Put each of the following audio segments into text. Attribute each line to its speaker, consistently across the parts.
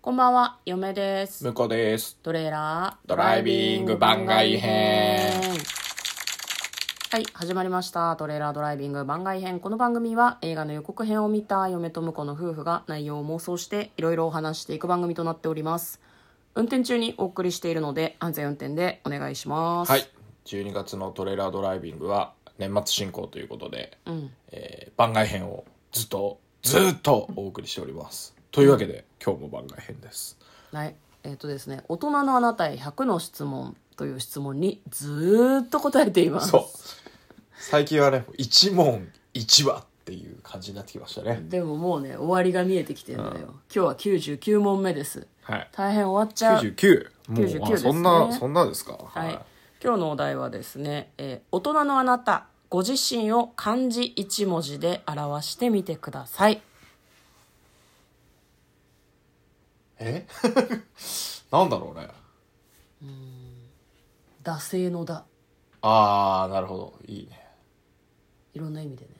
Speaker 1: こんばんは、嫁です。
Speaker 2: 向こうです。
Speaker 1: トレーラード
Speaker 2: ドライビング番外編。
Speaker 1: はい、始まりました。トレーラードライビング番外編。この番組は映画の予告編を見た嫁と婿の夫婦が内容を妄想していろいろお話していく番組となっております。運転中にお送りしているので安全運転でお願いします。
Speaker 2: はい。。12月のトレーラードライビングは年末進行ということで、
Speaker 1: うん。
Speaker 2: えー番外編をずっと、ずっとお送りしております。というわけで、今日も番外編です。
Speaker 1: はい。えっ、とですね、大人のあなたへ100の質問という質問にずーっと答えています。
Speaker 2: そう。 最近はね、一問一話っていう感じになってきましたね。
Speaker 1: でももうね終わりが見えてきてるのよ、今日は99問目です
Speaker 2: はい。
Speaker 1: 大変終わっちゃう、
Speaker 2: 99。もう、
Speaker 1: 99
Speaker 2: あ
Speaker 1: ですね
Speaker 2: そんな、そんなですか。は
Speaker 1: はい、今日のお題はですね、えー大人のあなたご自身を漢字1文字で表してみてください
Speaker 2: え なんだろうね。
Speaker 1: 惰性の「だ
Speaker 2: あー、なるほど。いいね。」
Speaker 1: いろんな意味でね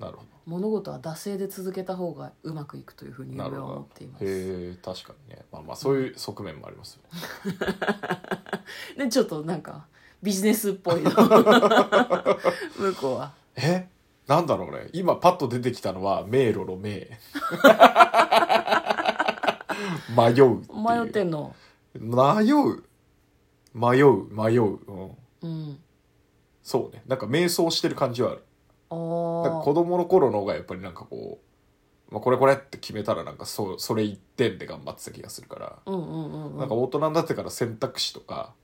Speaker 2: なるほど。
Speaker 1: 物事は惰性で続けた方がうまくいくというふうに
Speaker 2: なる
Speaker 1: 俺
Speaker 2: ほ
Speaker 1: は思
Speaker 2: ど
Speaker 1: っていま。す
Speaker 2: へえ、確かにね。まあまあ、そういう側面もありますよね。
Speaker 1: でちょっとなんかビジネスっぽい の向こうは
Speaker 2: えなんだろうね今パッと出てきたのは迷路の迷 迷うっていう
Speaker 1: 迷ってんの
Speaker 2: 迷う迷う迷う、うん、
Speaker 1: うん
Speaker 2: そうねなんか迷走してる感じはある
Speaker 1: あ
Speaker 2: なんか
Speaker 1: ー
Speaker 2: 子供の頃の方がやっぱりなんかこう、まあ、これこれって決めたらなんかそうそれ一点で頑張ってた気がするから、
Speaker 1: うんうんうんう
Speaker 2: なん
Speaker 1: ん
Speaker 2: か大人になってから選択肢とか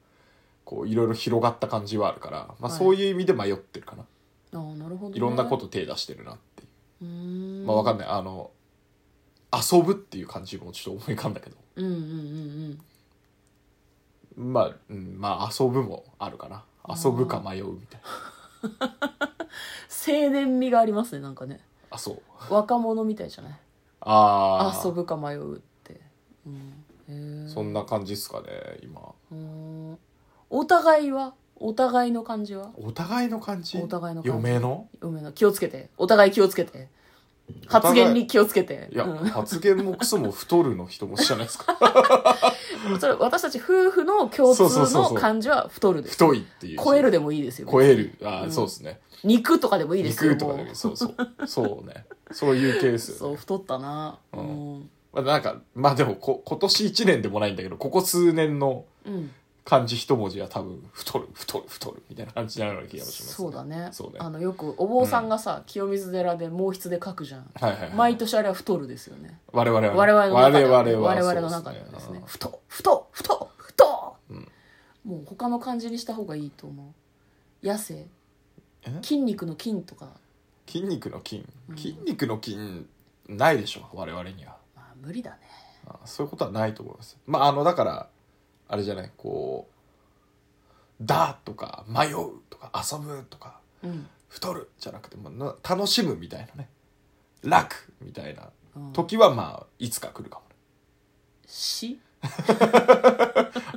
Speaker 2: こういろいろ広がった感じはあるから、まあ、
Speaker 1: はい
Speaker 2: そういう意味で迷ってるかな、
Speaker 1: あーなるほど、ね、
Speaker 2: いろんなこと手出してるなっていう
Speaker 1: うーん
Speaker 2: まあわかんないあの遊ぶっていう感じもちょっと思い浮かんだけど
Speaker 1: うんうんうん
Speaker 2: まあ、うん、まあ遊ぶもあるかな遊ぶか迷うみたいな
Speaker 1: 青年味がありますねなんかね
Speaker 2: あそう
Speaker 1: 若者みたいじゃない
Speaker 2: ああ
Speaker 1: 遊ぶか迷うって、うん、へえ
Speaker 2: そんな感じっすかね今
Speaker 1: うんお互いはお互いの感じは
Speaker 2: お互いの感じ
Speaker 1: お互いの感じ
Speaker 2: 嫁の
Speaker 1: 嫁の気をつけてお互い気をつけて発言に気をつけて
Speaker 2: いや、
Speaker 1: うん
Speaker 2: 発言もクソも太るの人もじゃないで すか
Speaker 1: それ私たち夫婦の共
Speaker 2: そうそう
Speaker 1: 通
Speaker 2: そう
Speaker 1: の
Speaker 2: そう
Speaker 1: 感じは太るです
Speaker 2: 太いっていうし
Speaker 1: 超えるでもいいですよ
Speaker 2: 超えるああ、
Speaker 1: うん
Speaker 2: そうですね
Speaker 1: 肉とかでもいいですよ
Speaker 2: 肉とか
Speaker 1: も
Speaker 2: ね
Speaker 1: う
Speaker 2: そうそうそうねそういう系です
Speaker 1: そ
Speaker 2: よ、
Speaker 1: う
Speaker 2: ね、
Speaker 1: 太ったなう、
Speaker 2: うんまあなんかまあでもこ今年1年でもないんだけどここ数年の
Speaker 1: うん、
Speaker 2: 漢字一文字は多分太る太る太るみたいな感じになるような気がします、
Speaker 1: そうだね
Speaker 2: そうね
Speaker 1: あのよくお坊さんがさ、清水寺で毛筆で書くじゃん
Speaker 2: はいはい、はい、
Speaker 1: 毎年あれは太るですよね
Speaker 2: 我々はね
Speaker 1: 我々の中ではね
Speaker 2: 我々は
Speaker 1: 我々の
Speaker 2: そう
Speaker 1: 中ではですね
Speaker 2: うん
Speaker 1: 太太太太、
Speaker 2: ん
Speaker 1: もう他の漢字にした方がいいと思う痩せ
Speaker 2: え
Speaker 1: 筋肉の筋とか、
Speaker 2: 筋肉の筋
Speaker 1: うん
Speaker 2: 筋肉の筋ないでしょ我々には
Speaker 1: まあ、無理だね
Speaker 2: あそういうことはないと思いますまああのだからあれじゃないこう「だ」とか「迷う」とか「遊ぶ」とか
Speaker 1: うん
Speaker 2: 「太る」じゃなくてもうな楽しむみたいなね「楽」みたいな
Speaker 1: うん
Speaker 2: 時はまあいつか来るかもね
Speaker 1: し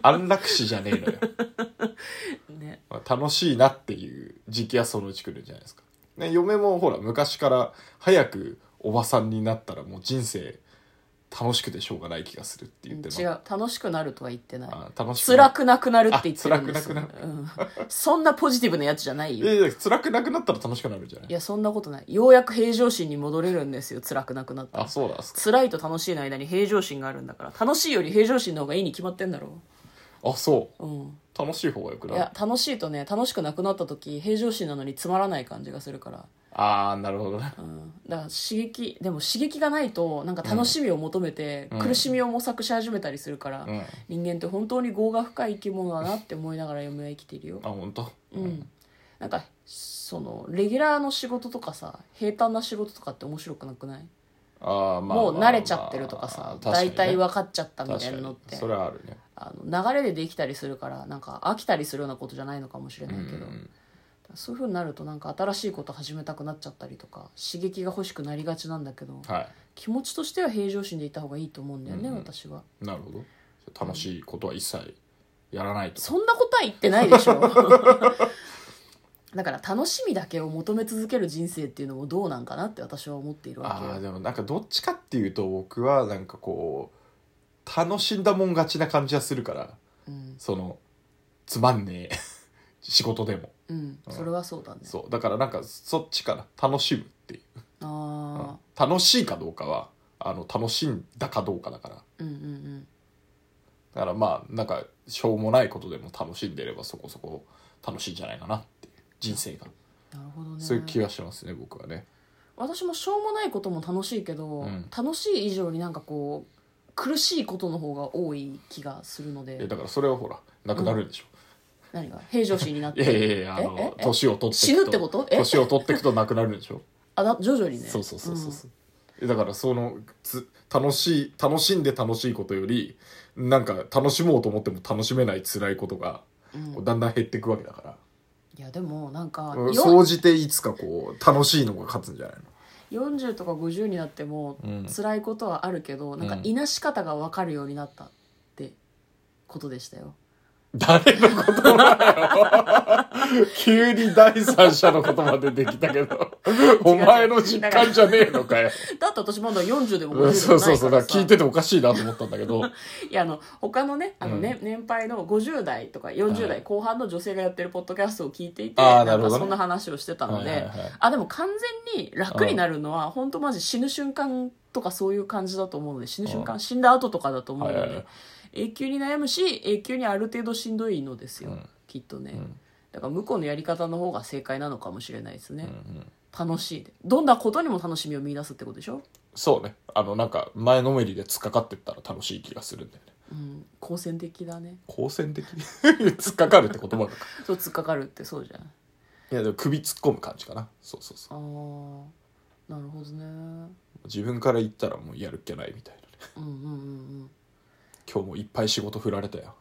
Speaker 2: 安楽死じゃねえのよ
Speaker 1: ね
Speaker 2: まあ、楽しいなっていう時期はそのうち来るんじゃないですか。ね、嫁もほら昔から早くおばさんになったらもう人生楽しくてしょうがない気がするって
Speaker 1: 違
Speaker 2: 言っ
Speaker 1: う
Speaker 2: てる
Speaker 1: 楽しくなるとは言ってない
Speaker 2: あ楽しく
Speaker 1: 辛くなくなるって言ってるん
Speaker 2: あ
Speaker 1: です
Speaker 2: 辛くなく
Speaker 1: うん、そんなポジティブなやつじゃない
Speaker 2: いや
Speaker 1: よ
Speaker 2: いや辛くなくなったら楽しくなるんじゃない
Speaker 1: いやそんなことないようやく平常心に戻れるんですよ辛くなくなったら
Speaker 2: あそうだ
Speaker 1: 辛いと楽しいの間に平常心があるんだから楽しいより平常心の方がいいに決まってんだろ、
Speaker 2: あそう
Speaker 1: うん、
Speaker 2: う楽しい方がよく
Speaker 1: い
Speaker 2: なる
Speaker 1: や楽しいとね楽しくなくなった時平常心なのにつまらない感じがするから、
Speaker 2: ああなるほどね
Speaker 1: うん、だから刺激でも刺激がないとなんか楽しみを求めて
Speaker 2: うん
Speaker 1: 苦しみを模索し始めたりするから、
Speaker 2: うんあ
Speaker 1: 人間って本当に業が深い生き物だなって思いながら嫁は生きてるよ、
Speaker 2: 本当
Speaker 1: うん、なんかそのレギュラーの仕事とかさ平坦な仕事とかって面白くなくない、
Speaker 2: あーまあ
Speaker 1: もう慣れちゃってるとかさ、大体分かっちゃった
Speaker 2: た
Speaker 1: みたいなのって
Speaker 2: それはあるね
Speaker 1: あの流れでできたりするからなんか飽きたりするようなことじゃないのかもしれないけど、
Speaker 2: うん
Speaker 1: そういう風になるとなんか新しいこと始めたくなっちゃったりとか刺激が欲しくなりがちなんだけど
Speaker 2: は
Speaker 1: 気持ちとしては平常心でいた方がいいと思うんだよね、
Speaker 2: うんうん
Speaker 1: 私はい
Speaker 2: なるほど楽しいことは一切やらないと
Speaker 1: そんなことは言ってないでし ょだから楽しみだけを求め続ける人生っていうのもどうなんかなって私は思っているわ
Speaker 2: あ
Speaker 1: け
Speaker 2: ー
Speaker 1: よ
Speaker 2: でもなんかどっちかっていうと僕はなんかこう楽しんだもん勝ちな感じはするから
Speaker 1: うん
Speaker 2: そのつまんねえ 仕事でも
Speaker 1: うんそれはそうだね
Speaker 2: そうだからなんかそっちから楽しむっていう、うん
Speaker 1: あ
Speaker 2: 楽しいかどうかはあの楽しんだかどうかだから
Speaker 1: あうんうんうん
Speaker 2: だからまあなんかしょうもないことでも楽しんでればそこそこ楽しいんじゃないかなっていう人生が
Speaker 1: なるほどね
Speaker 2: そういう気がしますね僕はね
Speaker 1: 私もしょうもないことも楽しいけど、
Speaker 2: うん
Speaker 1: 楽しい以上になんかこう苦しいことの方が多い気がするの
Speaker 2: え
Speaker 1: で
Speaker 2: だからそれはほらなくなるんでしょ、
Speaker 1: 何が平常心になって
Speaker 2: いやいやいやあ
Speaker 1: え
Speaker 2: の
Speaker 1: ええ
Speaker 2: 年を取ってくと
Speaker 1: 死ぬってことえ
Speaker 2: 年を取ってくとなくなるんでしょ
Speaker 1: あだ徐々にね
Speaker 2: そうそうそうそうそう、えだからそのつ楽しい楽しんで楽しいことよりなんか楽しもうと思っても楽しめない辛いことが
Speaker 1: うんうん
Speaker 2: こうだんだん減っていくわけだか、
Speaker 1: いやでもなんから
Speaker 2: う
Speaker 1: よ
Speaker 2: ん総じていつかこう楽しいのが勝つんじゃないの
Speaker 1: 40とか50になっても
Speaker 2: うん
Speaker 1: 辛いことはあるけど、なんか
Speaker 2: うん
Speaker 1: いなし方が分かるようになったってことでしたよ
Speaker 2: 誰の言葉だよ 急に第三者の言葉でできたけ どお前の実感じゃねえのかよ
Speaker 1: だって私まだ40でも
Speaker 2: うん
Speaker 1: 50で
Speaker 2: そう
Speaker 1: もな
Speaker 2: そう
Speaker 1: い
Speaker 2: そ
Speaker 1: か
Speaker 2: うだ
Speaker 1: ら
Speaker 2: から
Speaker 1: さ
Speaker 2: 聞いてておかしいなと思ったんだけど
Speaker 1: いやあの他のねあのね、年配の50代とか40
Speaker 2: はい
Speaker 1: 代後半の女性がやってるポッドキャストを聞いていて、
Speaker 2: あー
Speaker 1: な
Speaker 2: なる
Speaker 1: ん
Speaker 2: ほ
Speaker 1: か
Speaker 2: ど
Speaker 1: そ
Speaker 2: ね
Speaker 1: んな話をしてたので、
Speaker 2: はいはいはい
Speaker 1: あでも完全に楽になるのは本当マジ死ぬ瞬間とかそういう感じだと思うので死ぬ瞬
Speaker 2: う
Speaker 1: 間死んだ後とかだと思うので、
Speaker 2: はいはいはい
Speaker 1: 永久に悩むし永久にある程度しんどいのですよ、
Speaker 2: うん
Speaker 1: きっとね、
Speaker 2: ん
Speaker 1: だから向こうのやり方の方が正解なのかもしれないですね
Speaker 2: う、ん
Speaker 1: 楽しいでどんなことにも楽しみを見出すってことでしょ、
Speaker 2: そうねあのなんか前のめりで突っかかってったら楽しい気がするんだよね
Speaker 1: うん、好戦的だね
Speaker 2: 好戦的 突っかかるって言葉が
Speaker 1: そう突っかかるってそうじゃん
Speaker 2: いやでも首突っ込む感じかなそうそうそ
Speaker 1: ああなるほどね
Speaker 2: う自分から言ったらもうやるっきゃないみたい
Speaker 1: う
Speaker 2: なね
Speaker 1: んうんうん
Speaker 2: 今日もいっぱい仕事振られたよ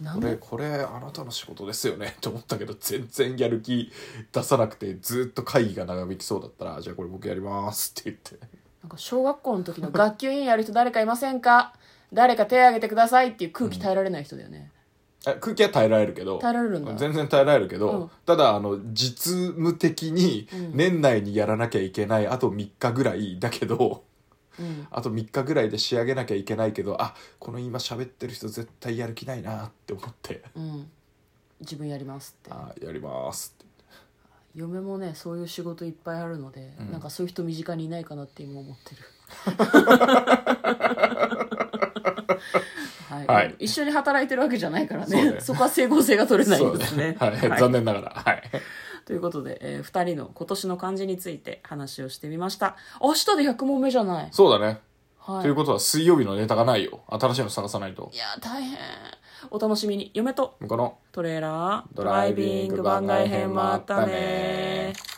Speaker 1: うんな
Speaker 2: こ
Speaker 1: ん
Speaker 2: れ
Speaker 1: で
Speaker 2: これあなたの仕事ですよねと思ったけど全然やる気出さなくてずっと会議が長引きそうだったらじゃあこれ僕やりますって言って
Speaker 1: なんか小学校の時の学級委員やる人誰かいません か誰か手挙げてくださいっていう空気耐えられない人だよね、
Speaker 2: え空気は耐えられるけど
Speaker 1: 耐えられるんだ
Speaker 2: 全然耐えられるけど、
Speaker 1: うん
Speaker 2: ただあの実務的に
Speaker 1: うん
Speaker 2: 年内にやらなきゃいけないあと3日ぐらいだけど
Speaker 1: うん、
Speaker 2: あと3日ぐらいで仕上げなきゃいけないけどあこの今喋ってる人絶対やる気ないなって思って
Speaker 1: うん、自分やりますって
Speaker 2: あやりますって
Speaker 1: 嫁もねそういう仕事いっぱいあるので、
Speaker 2: うん
Speaker 1: なんかそういう人身近にいないかなって今思ってる はい、
Speaker 2: はい
Speaker 1: 一緒に働いてるわけじゃないから
Speaker 2: そう
Speaker 1: ね
Speaker 2: ね
Speaker 1: そこは整合性が取れないんです
Speaker 2: そう
Speaker 1: ね
Speaker 2: ね、はい
Speaker 1: はい
Speaker 2: 残念ながらはい
Speaker 1: ということで、え2人の今年の漢字について話をしてみました明日で100問目じゃない、
Speaker 2: そうだね
Speaker 1: はい、
Speaker 2: ということは水曜日のネタがないよ新しいの探さないと
Speaker 1: いや大変お楽しみに嫁と
Speaker 2: 向こうの
Speaker 1: トレーラード
Speaker 2: ドライビング番外編もあったね
Speaker 1: またね